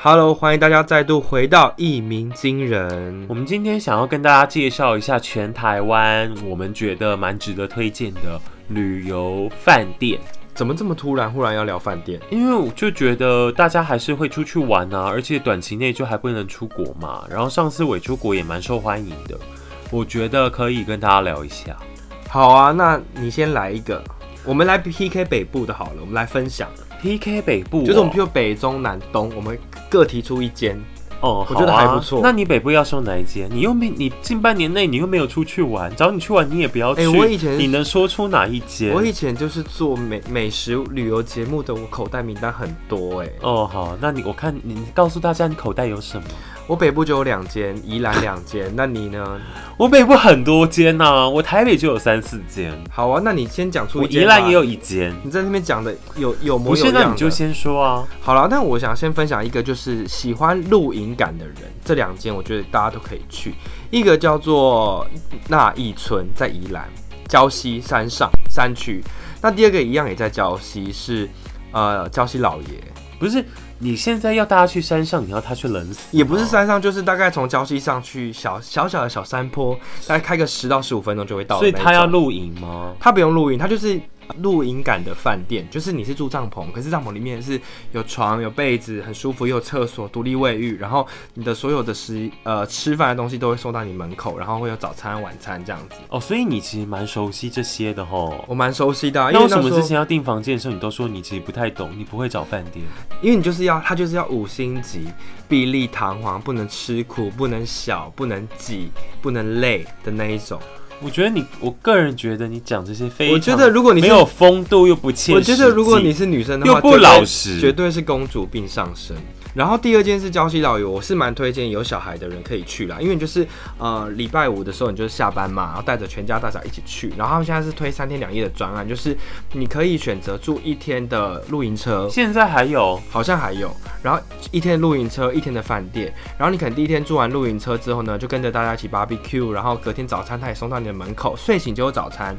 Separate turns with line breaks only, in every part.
Hello，欢迎大家再度回到一鸣惊人。
我们今天想要跟大家介绍一下全台湾我们觉得蛮值得推荐的旅游饭店，
怎么这么突然，忽然要聊饭店？
因为我就觉得大家还是会出去玩啊，而且短期内就还不能出国嘛。然后上次伪出国也蛮受欢迎的，我觉得可以跟大家聊一下。
好啊，那你先来一个，我们来 PK 北部的好了，我们来分享，
PK 北部哦、
就是我们就北中南东，我们各提出一间。
哦，
我觉得
好啊
还不错
那你北部要送哪一间？你又没你近半年内你又没有出去玩，找你去玩你也不要去。
哎我以前
你能说出哪一间？
我以前就是做美美食旅游节目的，我口袋名单很多哎、
哦好，那你我看你告诉大家你口袋有什么？
我北部就有两间，宜兰两间，那你呢？
我北部很多间呐、我台北就有三四间，
好啊，那你先讲出
我
一间。
宜兰也。有一间。
你在那边讲的有有模有
不是，
样
那
的。
你就先说啊。
好了，那我想先分享一个，就是喜欢露营感的人，这两间我觉得大家都可以去。一个叫做那一村，在宜兰礁溪山上山区；那第二个一样也在礁溪，是呃礁溪老爷，
不是，你现在要大家去山上，你要他去冷死吗，
也不是山上，就是大概从礁溪上去小小小的小山坡，大概开个十到十五分钟就会到的那
所以
一种。
他要露营吗？
它不用露营，它就是呃露营感的饭店，就是你是住帐篷，可是帐篷里面是有床、有被子，很舒服，又有厕所、独立卫浴，然后你的所有的食呃吃饭的东西都会送到你门口，然后会有早餐、晚餐这样子。
哦，所以你其实蛮熟悉这些的吼。
我蛮熟悉的啊、因
那
为
为什么
时候
之前要订房间的时候，你都说你其实不太懂，你不会找饭店？
因为你就是要它就是要五星级，碧丽堂皇，不能吃苦，不能小，不能挤，不能累的那一种。
我觉得你，我个人觉得你讲这些非常，
我觉得如果你是
没有风度又不切
我
实际，
觉得如果你是女生的话，
又不
绝对
老实
绝对是公主病上身。然后第二件是礁溪老友，我是蛮推荐有小孩的人可以去啦，因为你就是呃礼拜五的时候你就是下班嘛，然后带着全家大小一起去。然后他们现在是推三天两夜的专案，就是你可以选择住一天的露营车，
现在还有
好像还有，然后一天露营车，一天的饭店，然后你可能第一天住完露营车之后呢，就跟着大家一起 barbecue，然后隔天早餐他也送到你的门口，睡醒就有早餐，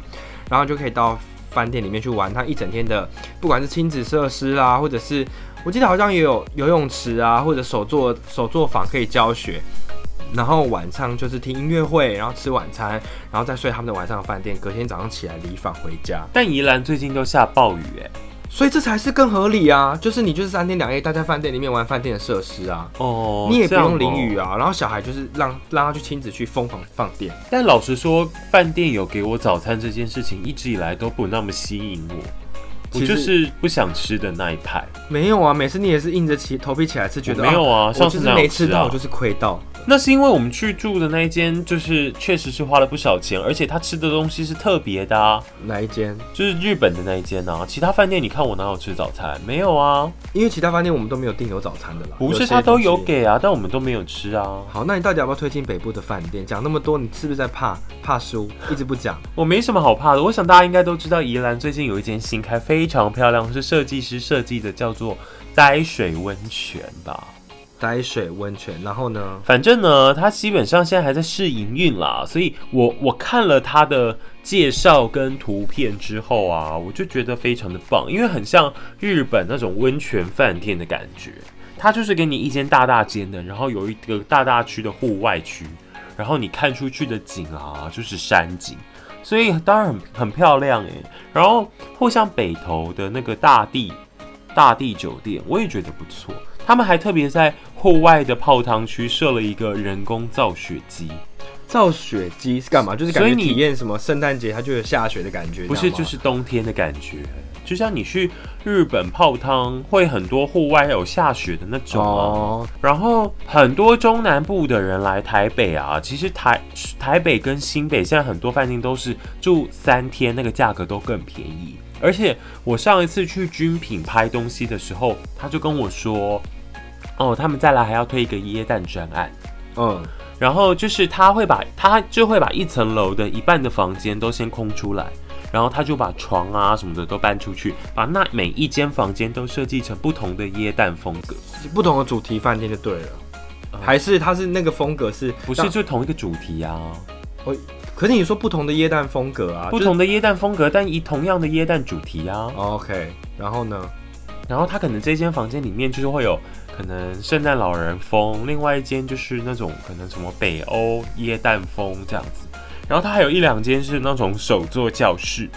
然后就可以到饭店里面去玩他一整天的，不管是亲子设施啦，或者是我记得好像也有游泳池啊，或者手作手作坊可以教学。然后晚上就是听音乐会，然后吃晚餐，然后再睡他们的晚上的饭店，隔天早上起来离房回家。
但宜兰最近都下暴雨哎、
所以这才是更合理啊！就是你就是三天两夜待在饭店里面玩饭店的设施啊，
哦，
你也不
这样
用淋
哦
雨啊。然后小孩就是让让他去亲子去疯狂放电，
但老实说，饭店有给我早餐这件事情，一直以来都不那么吸引我。我
其实
就是不想吃的那一派。
没有啊。每次你也是硬着起头皮起来吃，觉得哦
我没有啊
我
上
就
次
是
哪有
没吃
吃
到，
啊
我就是亏到。
那是因为我们去住的那一间，就是确实是花了不少钱，而且他吃的东西是特别的、啊，
哪一间？
就是日本的那一间啊。其他饭店你看我哪有吃早餐？没有啊，
因为其他饭店我们都没有订有早餐的啦，
不
有
是
些
他都
东西
有。给啊，但我们都没有吃啊。
好，那你到底要不要推荐北部的饭店？讲那么多，你是不是在怕怕输？一直不讲。
我没什么好怕的，我想大家应该都知道，宜兰最近有一间新开，非常漂亮，是设计师设计的，叫做呆水温泉吧。
呆水温泉，然后呢？
反正呢，它基本上现在还在试营运啦，所以我我看了它的介绍跟图片之后啊，我就觉得非常的棒，因为很像日本那种温泉饭店的感觉。它就是给你一间大大间的，然后有一个大大区的户外区，然后你看出去的景啊，就是山景，所以当然很很漂亮诶、欸然后或像北投的那个大地大地酒店，我也觉得不错。他们还特别在户外的泡汤区设了一个人工造雪机，
造雪机是干嘛？就是感
所
觉
以你
体验什么圣诞节它就有下雪的感觉，
不
这
是
样吗
就是冬天的感觉，就像你去日本泡汤会很多户外有下雪的那种啊。
哦，
然后很多中南部的人来台北啊，其实台台北跟新北现在很多饭店都是住三天，那个价格都更便宜。而且我上一次去军品拍东西的时候，他就跟我说，哦，他们再来还要推一个椰蛋专案。
嗯。
然后就是他会把他就会把一层楼的一半的房间都先空出来，然后他就把床啊什么的都搬出去，把那每一间房间都设计成不同的椰蛋风格，
不同的主题饭店就对了，还是它是那个风格是
不是？就同一个主题啊，
可是你说不同的椰蛋风格啊，
不
就是
同的椰蛋风格，但以同样的椰蛋主题啊。
哦 OK，然后呢？
然后他可能这间房间里面就是会有可能圣诞老人风，另外一间就是那种可能什么北欧椰蛋风这样子。然后它还有一两间是那种手作教室，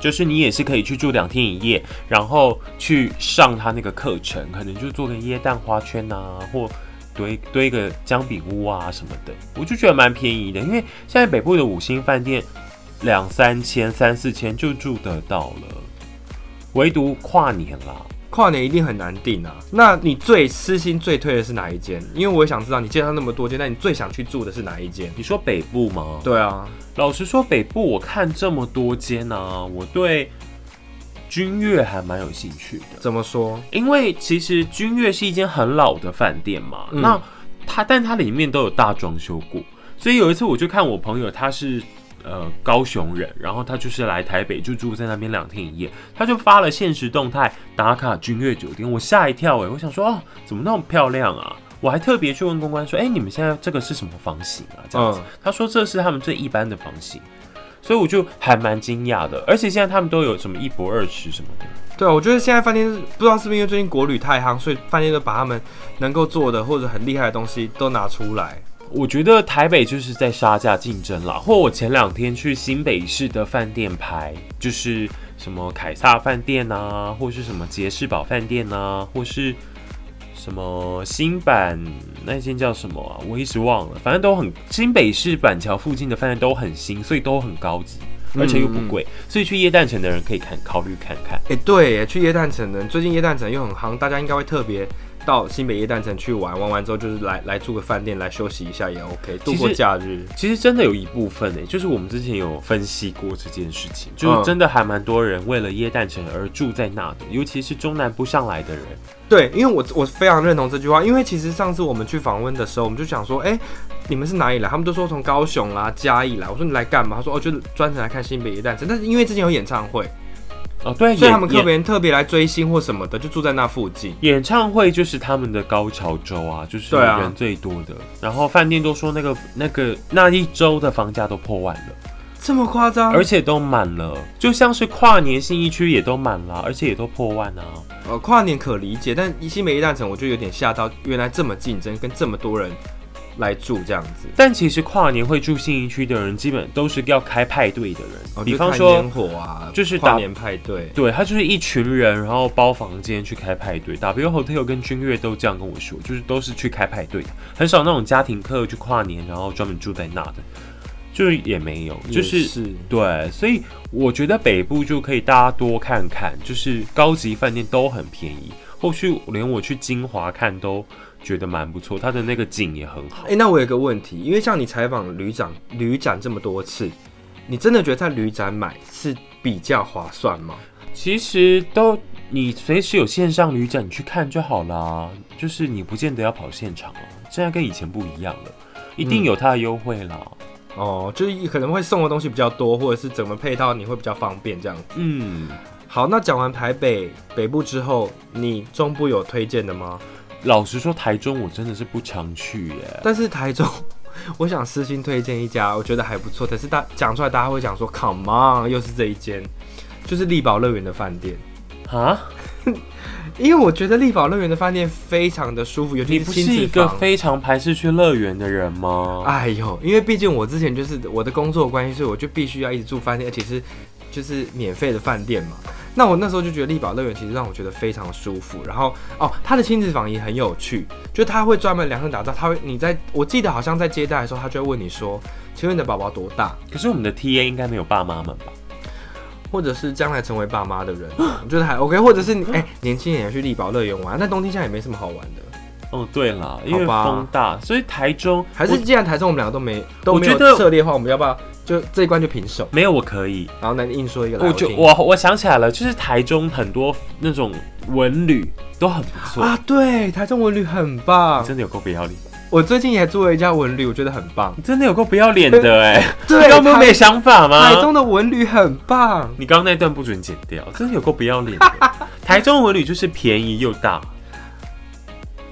就是你也是可以去住两天一夜，然后去上他那个课程，可能就做个椰蛋花圈啊，或堆堆个姜饼屋啊什么的，我就觉得蛮便宜的，因为现在北部的五星饭店两三千、三四千就住得到了，唯独跨年啦，
跨年一定很难定啊。那你最私心最推的是哪一间？因为我也想知道你介绍那么多间，那你最想去住的是哪一间？
你说北部吗？
对啊，
老实说，北部我看这么多间呢、我对君悦还蛮有兴趣的，
怎么说？
因为其实君悦是一间很老的饭店嘛，
嗯
那它但它里面都有大装修过，所以有一次我就看我朋友他是。呃，高雄人，然后他就是来台北，就住在那边两天一夜，他就发了现实动态打卡君悦酒店，我吓一跳哎、我想说哦，怎么那么漂亮啊？我还特别去问公关说，哎、你们现在这个是什么房型啊？这样子，
嗯
他说这是他们最一般的房型，所以我就还蛮惊讶的。而且现在他们都有什么一博二十什么的，
对啊，我觉得现在饭店是不知道是不是因为最近国旅太夯，所以饭店都把他们能够做的或者很厉害的东西都拿出来。
我觉得台北就是在杀价竞争啦，或我前两天去新北市的饭店排，就是什么凯撒饭店啊，或是什么杰士堡饭店啊，或是什么新版那间叫什么啊，我一直忘了，反正都很新北市板桥附近的饭店都很新，所以都很高级，而且又不贵，所以去椰蛋城的人可以看考虑看看。
哎、对耶，去椰蛋城呢，最近椰蛋城又很夯，大家应该会特别到新北椰蛋城去玩，玩完之后就是来来住个饭店来休息一下也 OK，度过假日。
其实真的有一部分诶、就是我们之前有分析过这件事情，就是真的还蛮多人为了椰蛋城而住在那的，尤其是中南部上来的人。
对，因为我我非常认同这句话，因为其实上次我们去访问的时候，我们就想说，哎、你们是哪里来？他们都说从高雄啦、嘉义来。我说你来干嘛？他说哦，就是专程来看新北椰蛋城。但是因为之前有演唱会，
哦，对，
所以
演
他们特
演
别特别来追星或什么的，就住在那附近。
演唱会就是他们的高潮周啊，就是
对啊
人最多的。然后饭店都说那个那个那一周的房价都破万了，
这么夸张？
而且都满了，就像是跨年信义区也都满了，而且也都破万啊。
呃，跨年可理解，但新北一蛋城我就有点吓到，原来这么竞争，跟这么多人来住这样子。
但其实跨年会住信义区的人，基本都是要开派对的人，
哦、
比
就
方
看
说
烟火啊，
就是打
跨年派对。
对他就是一群人，然后包房间去开派对。W Hotel 跟君悦都这样跟我说，就是都是去开派对的，很少那种家庭客去跨年，然后专门住在那的，就是也没有，就
也
是
是
对，所以我觉得北部就可以大家多看看，就是高级饭店都很便宜。后续连我去金华看都觉得蛮不错，它的那个景也很好
哎、。那我有个问题，因为像你采访旅长旅展这么多次，你真的觉得在旅展买是比较划算吗？
其实都你随时有线上旅展，你去看就好啦。就是你不见得要跑现场啊，现在跟以前不一样了，一定有它的优惠啦。
哦，就是可能会送的东西比较多，或者是整个配套你会比较方便这样子。
嗯，
好，那讲完台北北部之后，你中部有推荐的吗？
老实说，台中我真的是不常去耶。
但是台中， 我想私心推荐一家，我觉得还不错。可是大讲出来，大家会讲说，Come on，又是这一间，就是力宝乐园的饭店。
啊，
因为我觉得力宝乐园的饭店非常的舒服，尤其
你不是
亲子
一个
房。
非常排斥去乐园的人吗？
哎呦，因为毕竟我之前就是我的工作关系，所以我就必须要一直住饭店，而且是就是免费的饭店嘛。那我那时候就觉得力宝乐园其实让我觉得非常的舒服，然后哦，它的亲子房也很有趣，就它会专门量身打造，它会你在我记得好像在接待的时候，他就会问你说，请问你的宝宝多大，
可是我们的 TA 应该没有爸妈们吧？
或者是将来成为爸妈的人， 我觉得还 OK，或者是你哎、年轻人也去力宝乐园玩，那冬天现在也没什么好玩的，
哦，对啦，因
好
为
吧
风大，所以台中
还是既然台中我们两个都没都没
我
有
觉得
策略的话，我们要不要就这一关就平手？
没有我可以。
然后那你硬说一个来，
我就
听
我我想起来了，就是台中很多那种文旅都很不错，
啊，对，台中文旅很棒。
真的有够不要脸。
我最近也住了一家文旅，我觉得很棒。
真的有够不要脸的哎、欸！
对
你刚刚没
台
想法
台
吗？
中的文旅很棒。
你刚刚那段不准剪掉，真的有够不要 脸的。台中文旅就是便宜又大，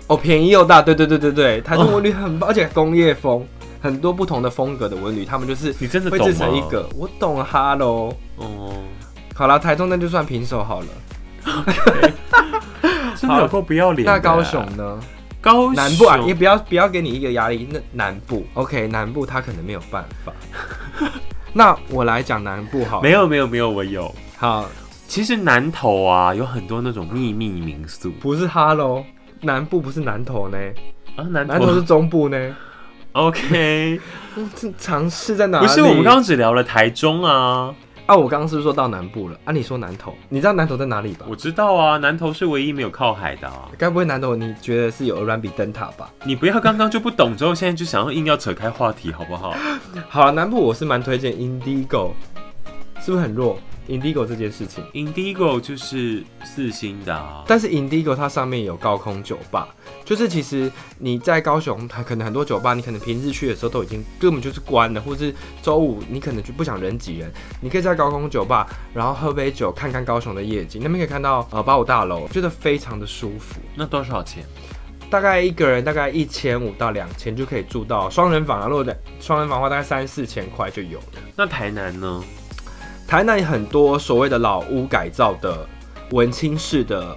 哦，便宜又大，对对对对对，台中文旅很棒，而且工业风，很多不同的风格的文旅，他们就是
你真的
会
懂吗
制？成一个。我懂哈喽。
哦，
好啦，台中那就算平手好了。
真的有够不要脸的。
那高雄呢？
高雄
南部啊，也不要不要给你一个压力。那南部，OK，南部他可能没有办 法。那我来讲南部好了，
没有没有没有，我有。
好，
其实南投啊，有很多那种秘密民宿
不是哈喽，南部不是南投呢，
啊，南投
南投是中部呢，
OK，
嗯这尝试在哪里？
不是我们刚刚只聊了台中啊，
啊，我刚刚是不是说到南部了？啊，你说南投，你知道南投在哪里吧？
我知道啊，南投是唯一没有靠海的啊。
该不会南投你觉得是有鹅銮比灯塔吧？
你不要刚刚就不懂，之后现在就想要硬要扯开话题，好不好？
好了，南部我是蛮推荐 Indigo，是不是很弱？Indigo 这件事情，
Indigo 就是四星的啊，
但是 Indigo 它上面有高空酒吧，就是其实你在高雄，它可能很多酒吧，你可能平日去的时候都已经根本就是关了，或是周五你可能就不想人挤人，你可以在高空酒吧，然后喝杯酒，看看高雄的夜景，那边可以看到呃八五大楼，觉得非常的舒服。
那多少钱？
大概一个人大概一千五到两千就可以住到双人房啊，如果两双人房的话，大概三四千块就有了。
那台南呢？
台南有很多所谓的老屋改造的文青式的，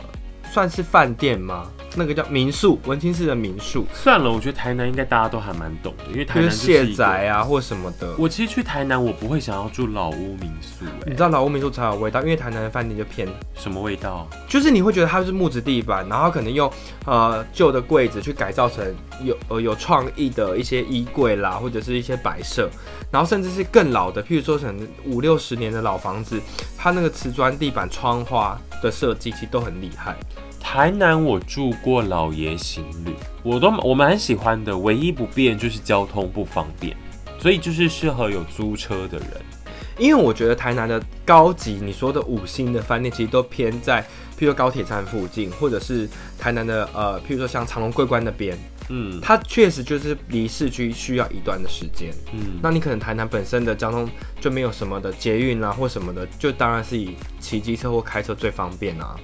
算是饭店吗？那个叫民宿，文青式的民宿，
算了，我觉得台南应该大家都还蛮懂的，因为台
就
南
是
就是一个
卸载。啊或什么的。
我其实去台南，我不会想要住老屋民宿、
你
哎，
知道老屋民宿才有味道，因为台南的饭店就偏，
什么味道？
就是你会觉得它是木质地板，然后可能用呃旧的柜子去改造成有呃有创意的一些衣柜啦，或者是一些摆设，然后甚至是更老的，譬如说可能五六十年的老房子，它那个瓷砖地板、窗花的设计其实都很厉害。
台南我住过老爷行旅，我都我蛮喜欢的，唯一不便就是交通不方便，所以就是适合有租车的人。
因为我觉得台南的高级，你说的五星的饭店，其实都偏在，譬如说高铁站附近，或者是台南的呃，譬如说像长隆桂冠那边，
嗯
它确实就是离市区需要一段的时间。
嗯，
那你可能台南本身的交通就没有什么的捷运啊或什么的，就当然是以骑机车或开车最方便啊。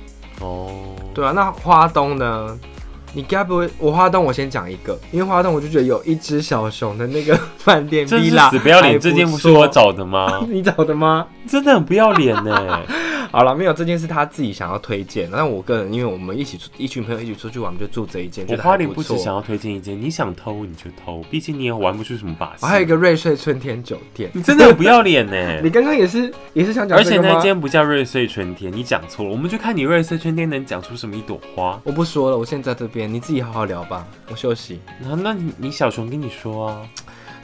哦，
对啊，那花东呢？你该不会我花东我先讲一个，因为花东我就觉得有一只小熊的那个 饭店
真是
villa
死不要
还
脸！这件
不
不是我
错，
找的 吗？
你找的吗？
真的很不要脸欸呢、
好了，没有这件事他自己想要推荐，但我个人因为我们一起出一群朋友一起出去玩，我们就住这一间，觉
我
得
花
还
莲
不
不只想
错。
要推荐一间，你想偷你就偷，毕竟你也玩不出什么把戏。
我还有一个瑞穗春天酒店，
你真的很不要脸呢、
你刚刚也是也是想讲
而
这
且
个吗
那？间不叫瑞穗春天，你讲错了。我们就看你瑞穗春天能讲出什么一朵花。
我不说了，我现在在这边，你自己好好聊吧，我休息。
那那你你小熊跟你说啊，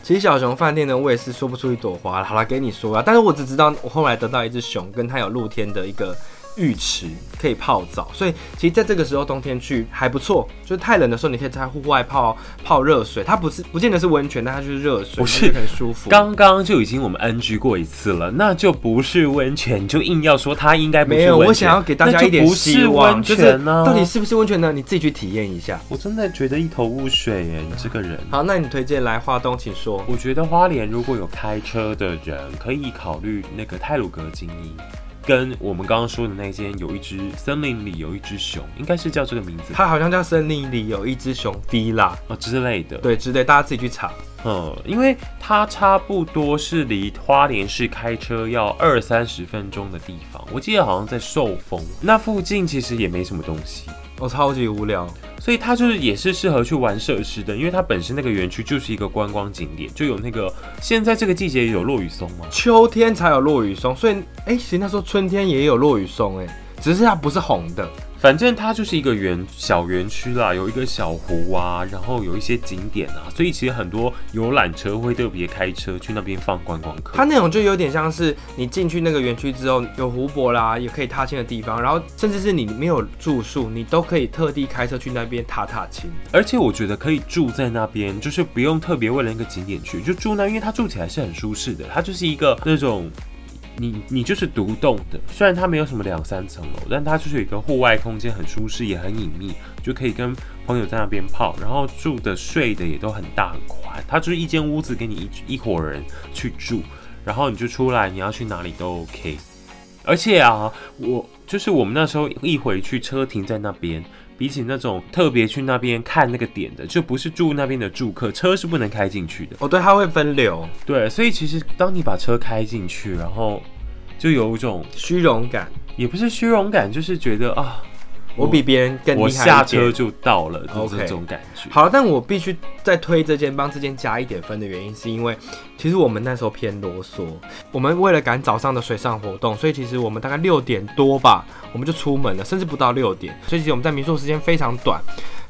其实小熊饭店呢，我也是说不出一朵花啦好了，给你说啊，但是我只知道我后来得到一只熊，跟它有露天的一个浴池可以泡澡，所以其实在这个时候冬天去还不错，就是太冷的时候你可以在户外泡泡热水，它不是不见得是温泉，但它就是热水，
不是
就很舒服。
刚刚就已经我们 NG 过一次了，那就不是温泉，你就硬要说它应该不是
没有，
温泉
我想要给大
那
家
就
一点
不
希
是
望，
温
就是
泉呢、
到底是不是温泉啊呢？你自己去体验一下。
我真的觉得一头雾水耶，你这个人。
好，那你推荐来花东，请说。
我觉得花莲如果有开车的人，可以考虑那个泰鲁格精英，跟我们刚刚说的那间有一只森林里有一只熊，应该是叫这个名字吧
它好像叫森林里有一只熊 villa，
哦之类的。
对，之类，大家自己去查。
嗯，因为它差不多是离花莲市开车要二三十分钟的地方，我记得好像在寿丰那附近，其实也没什么东西。
我、哦超级无聊，
所以它就是也是适合去玩设施的，因为它本身那个园区就是一个观光景点，就有那个现在这个季节有落雨松吗？
秋天才有落雨松，所以哎、其实那时候春天也有落雨松、哎，只是它不是红的。
反正它就是一个园小园区啦，有一个小湖啊，然后有一些景点啊，所以其实很多游览车会特别开车去那边放观光客。
它那种就有点像是你进去那个园区之后，有湖泊啦，也可以踏青的地方，然后甚至是你没有住宿，你都可以特地开车去那边踏踏青。
而且我觉得可以住在那边，就是不用特别为了那个景点去，就住那，因为它住起来是很舒适的，它就是一个那种。你你就是独栋的，虽然它没有什么两三层楼，但它就是有一个户外空间，很舒适也很隐秘，就可以跟朋友在那边泡，然后住的睡的也都很大很宽，它就是一间屋子给你一一伙人去住，然后你就出来，你要去哪里都 OK。而且啊，我就是我们那时候一回去，车停在那边，比起那种特别去那边看那个点的，就不是住那边的住客，车是不能开进去的。
哦，对，它会分流，
对，所以其实当你把车开进去，然后就有一种
虚荣感。
也不是虚荣感，就是觉得啊，
我比别人更
我
厉害
下
一
车
点。
就到了的
OK
这种感觉。
好，但我必须再推这间帮这间加一点分的原因，是因为其实我们那时候偏啰嗦，我们为了赶早上的水上活动，所以其实我们大概六点多吧，我们就出门了，甚至不到六点，所以其实我们在民宿时间非常短。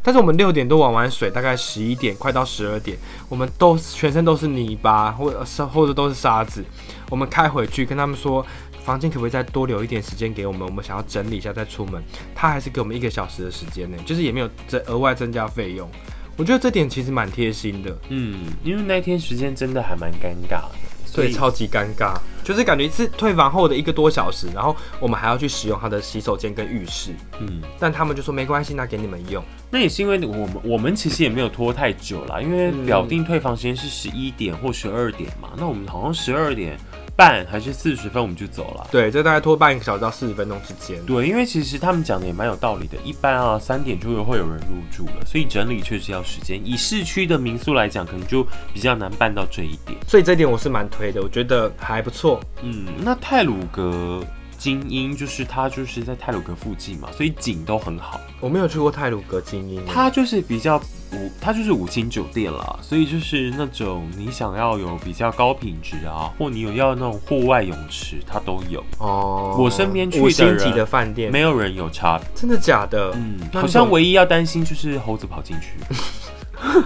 但是我们六点多玩完水，大概十一点快到十二点，我们都全身都是泥巴，或者是或者都是沙子。我们开回去跟他们说，房间可不可以再多留一点时间给我们？我们想要整理一下再出门。他还是给我们一个小时的时间呢，就是也没有增额外增加费用。我觉得这点其实蛮贴心的，
嗯，因为那天时间真的还蛮尴尬的，所
对，
以
超级尴尬，就是感觉是退房后的一个多小时，然后我们还要去使用他的洗手间跟浴室，
嗯，
但他们就说没关系，那给你们用。
那也是因为我们我们其实也没有拖太久啦，因为表定退房时间是十一点或十二点嘛，那我们好像十二点半还是四十分我们就走了。
对，这大概拖半个小时到四十分钟之间。
对，因为其实他们讲的也蛮有道理的。一般啊，三点就会有人入住了，所以整理确实要时间。以市区的民宿来讲，可能就比较难办到这一点。
所以这点我是蛮推的，我觉得还不错。
嗯，那泰鲁阁精英就是它就是在泰鲁阁附近嘛，所以景都很好。
我没有去过泰鲁阁精英，
它就是比较五，它就是五星酒店啦，所以就是那种你想要有比较高品质啊，或你有要那种户外泳池，它都有，
哦，
我身边去的
五星级
人嗯
的饭店，
没有人有差。
真的假的？
嗯，
那
好
如
像
果
唯一要担心就是猴子跑进去。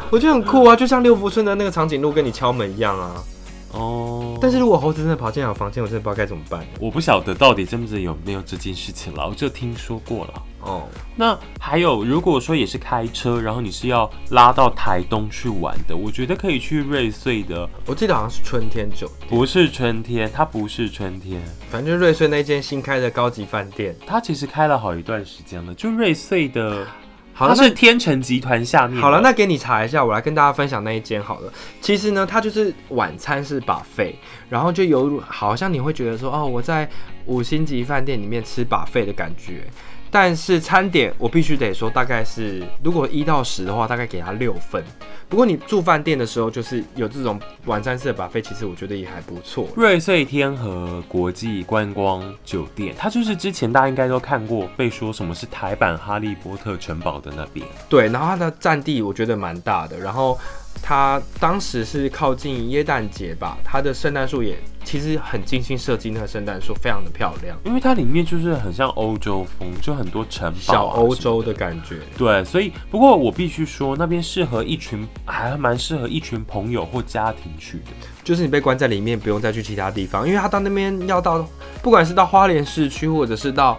我觉得很酷啊，就像六福村的那个长颈鹿跟你敲门一样啊。
哦，
但是如果猴子真的跑进来我房间，我真的不知道该怎么办。
我不晓得到底真不真有没有这件事情了，我就听说过了。
哦，
那还有，如果说也是开车，然后你是要拉到台东去玩的，我觉得可以去瑞穗的，
我记得好像是春天酒店，
不是春天，它不是春天，
反正就是瑞穗那间新开的高级饭店。
它其实开了好一段时间了，就瑞穗的，
好
它
了，
是天成集团下面。
好了，，那给你查一下，我来跟大家分享那一间好了。其实呢，它就是晚餐是 buffet，然后就有好像你会觉得说，哦，我在五星级饭店里面吃 buffet 的感觉。但是餐点我必须得说，大概是如果一到十的话，大概给它六分。不过你住饭店的时候，就是有这种晚餐式的 buffet，其实我觉得也还不错。
瑞穗天河国际观光酒店，它就是之前大家应该都看过，被说什么是台版《哈利波特》城堡的那边。
对，然后它的占地我觉得蛮大的，然后它当时是靠近耶诞节吧，它的圣诞树也其实很精心设计，那个圣诞树非常的漂亮，
因为它里面就是很像欧洲风，就很多城堡、啊
小欧。洲的感觉。
对，所以不过我必须说，那边适合一群，还蛮适合一群朋友或家庭去的。
就是你被关在里面，不用再去其他地方，因为它到那边要到，不管是到花莲市区，或者是到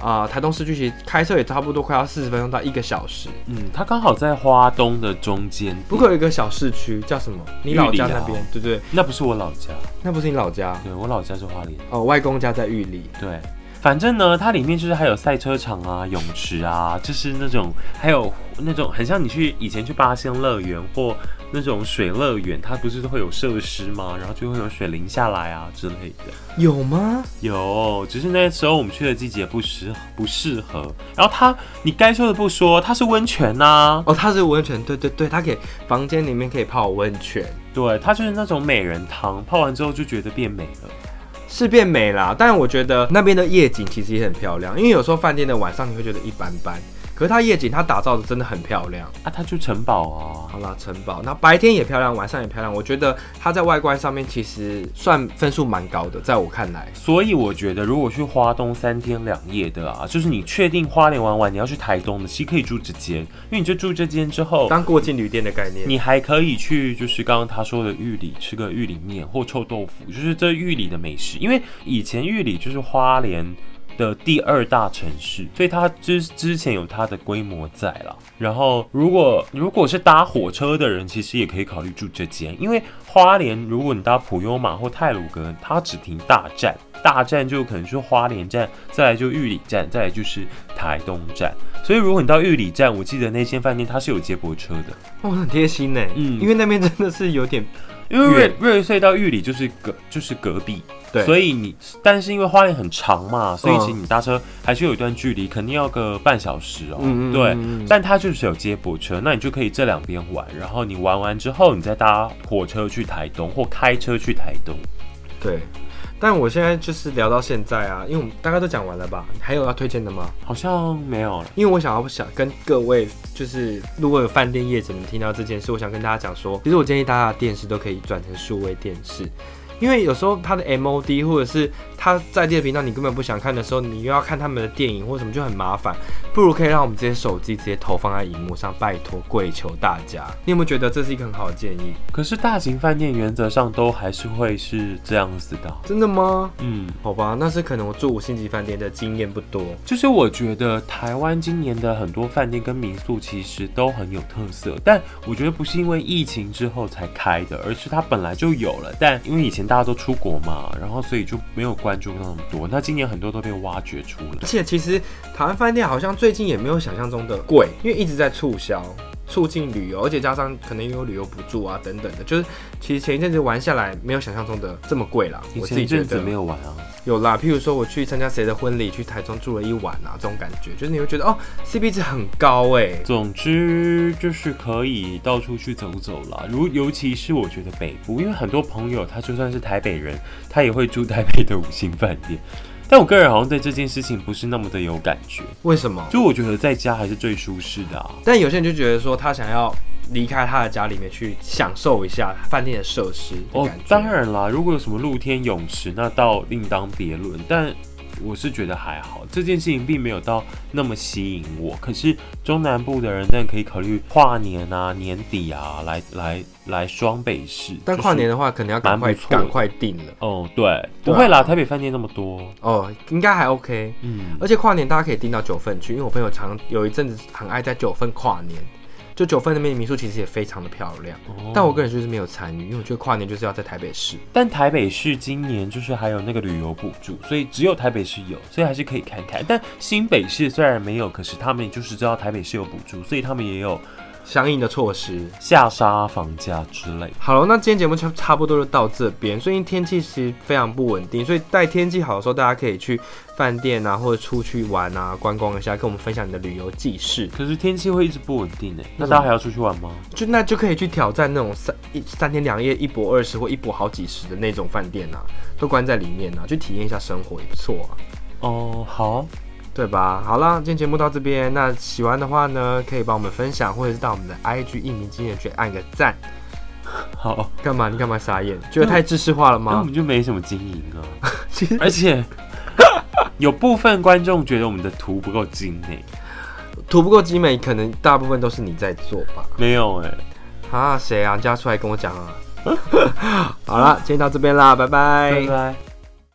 啊、呃台东市区，其实开车也差不多快要四十分钟到一个小时。
嗯，它刚好在花东的中间，
不过有一个小市区叫什么？你老家那边
玉里啊，
对不对？
那不是我老家，
那不是你老家
对我老家是花莲。
哦，外公家在玉里。
对，反正呢，它里面就是还有赛车场啊、泳池啊，就是那种还有那种很像你去以前去八仙乐园或那种水乐园，它不是都会有设施吗？然后就会有水淋下来啊之类的。
有吗？
有，只是那时候我们去的季节不适不适合。然后它，你该说的不说，它是温泉啊呐、
哦，它是温泉，对对对，它可以房间里面可以泡温泉，
对，它就是那种美人汤，泡完之后就觉得变美了。
是变美啦。但我觉得那边的夜景其实也很漂亮，因为有时候饭店的晚上你会觉得一般般，可是它夜景它打造的真的很漂亮。
啊，它就城堡啊，
好啦，城堡，那白天也漂亮，晚上也漂亮，我觉得它在外观上面其实算分数蛮高的，在我看来。
所以我觉得如果去花东三天两夜的啊，就是你确定花莲玩完，你要去台东的，其实可以住这间，因为你就住这间之后。
当过境旅店的概念，
你还可以去，就是刚刚他说的玉里吃个玉里面或臭豆腐，就是这玉里的美食。因为以前玉里就是花莲的第二大城市，所以它之之前有它的规模在了。然后如果如果是搭火车的人，其实也可以考虑住这间，因为花莲如果你搭普悠玛或泰鲁阁，它只停大站。大站就可能是花莲站，再来就玉里站，再来就是台东站。所以如果你到玉里站，我记得那间饭店它是有接驳车的，
哦，很贴心呢、
嗯
因为那边真的是有点
因为瑞
远
瑞穗到玉里就是隔就是隔壁，
对，
所
以
以你但是因为花莲很长嘛，所以
嗯
其实你搭车还是有一段距离，肯定要个半小时哦。
嗯嗯
对
嗯嗯，
但它就是有接驳车，那你就可以这两边玩，然后你玩完之后，你再搭火车去台东或开车去台东。
对。但我现在就是聊到现在啊，因为我们大概都讲完了吧？还有要推荐的吗？
好像没有了。
因为我想要想跟各位，就是如果有饭店业者们听到这件事，我想跟大家讲说，其实我建议大家的电视都可以转成数位电视，因为有时候它的 MOD 或者是它在地的频道你根本不想看的时候，你又要看他们的电影或什么就很麻烦，不如可以让我们这些手机直接投放在荧幕上，拜托跪求大家。你有没有觉得这是一个很好的建议？
可是大型饭店原则上都还是会是这样子的啊。
真的吗？
嗯，
好吧，那是可能我住五星级饭店的经验不多。
就是我觉得台湾今年的很多饭店跟民宿其实都很有特色，但我觉得不是因为疫情之后才开的，而是它本来就有了。但因为以前大家都出国嘛，然后所以就没有关注到那么多。那今年很多都被挖掘出
而
来。
且其实台湾饭店好像最近也没有想象中的贵，因为一直在促销。促进旅游，而且加上可能也有旅游补助啊等等的，就是其实前一阵子玩下来，没有想象中的这么贵啦。
以
我自
前一
己觉
阵
得
子没有玩啊，
有啦，譬如说我去参加谁的婚礼，去台中住了一晚啊，这种感觉，就是你会觉得哦，CP 值很高哎、
总之就是可以到处去走走啦。如尤其是我觉得北部，因为很多朋友他就算是台北人，他也会住台北的五星饭店。但我个人好像对这件事情不是那么的有感觉，
为什么？
就我觉得在家还是最舒适的啊。
但有些人就觉得说他想要离开他的家里面去享受一下饭店的设施的
哦
感觉。，
当然啦，如果有什么露天泳池，那倒另当别论。但我是觉得还好，这件事情并没有到那么吸引我。可是中南部的人，但可以考虑跨年啊、年底啊，来来来双北市。
但
就是
跨年的话，可能要赶快
蛮不错的
赶快定了。
哦，对，
对
不
啊
会啦，台北饭店那么多。
哦，应该还 OK。
嗯，
而且跨年大家可以订到九份去，因为我朋友常有一阵子很爱在九份跨年。就九份那边的民宿其实也非常的漂亮，
哦
但我个人就是没有参与，因为我觉得跨年就是要在台北市。
但台北市今年就是还有那个旅游补助，所以只有台北市有，所以还是可以看看。但新北市虽然没有，可是他们就是知道台北市有补助，所以他们也有
相应的措施。
下杀房价之类。
好了，那今天节目差差不多就到这边。最近天气其实非常不稳定，所以在天气好的时候，大家可以去饭店啊，或者出去玩啊，观光一下，跟我们分享你的旅游记事。
可是天气会一直不稳定诶，那
为什么
大家还要出去玩吗？
就那就可以去挑战那种三一三天两夜一博二十或一博好几十的那种饭店啊，都关在里面啊，去体验一下生活也不错啊。
哦，好，
对吧？好啦，今天节目到这边，那喜欢的话呢，可以帮我们分享，或者是到我们的 IG 一鸣惊人去按个赞。
好，
干嘛？你干嘛傻眼？觉得太知识化了
那我
吗？
们就没什么经营啊，
其实
而且有部分观众觉得我们的图不够精欸诶，
图不够精美，可能大部分都是你在做吧？
没有欸诶， 哎
啊，谁啊？你叫他出来跟我讲啊！好啦，今天到这边啦，拜拜
拜拜。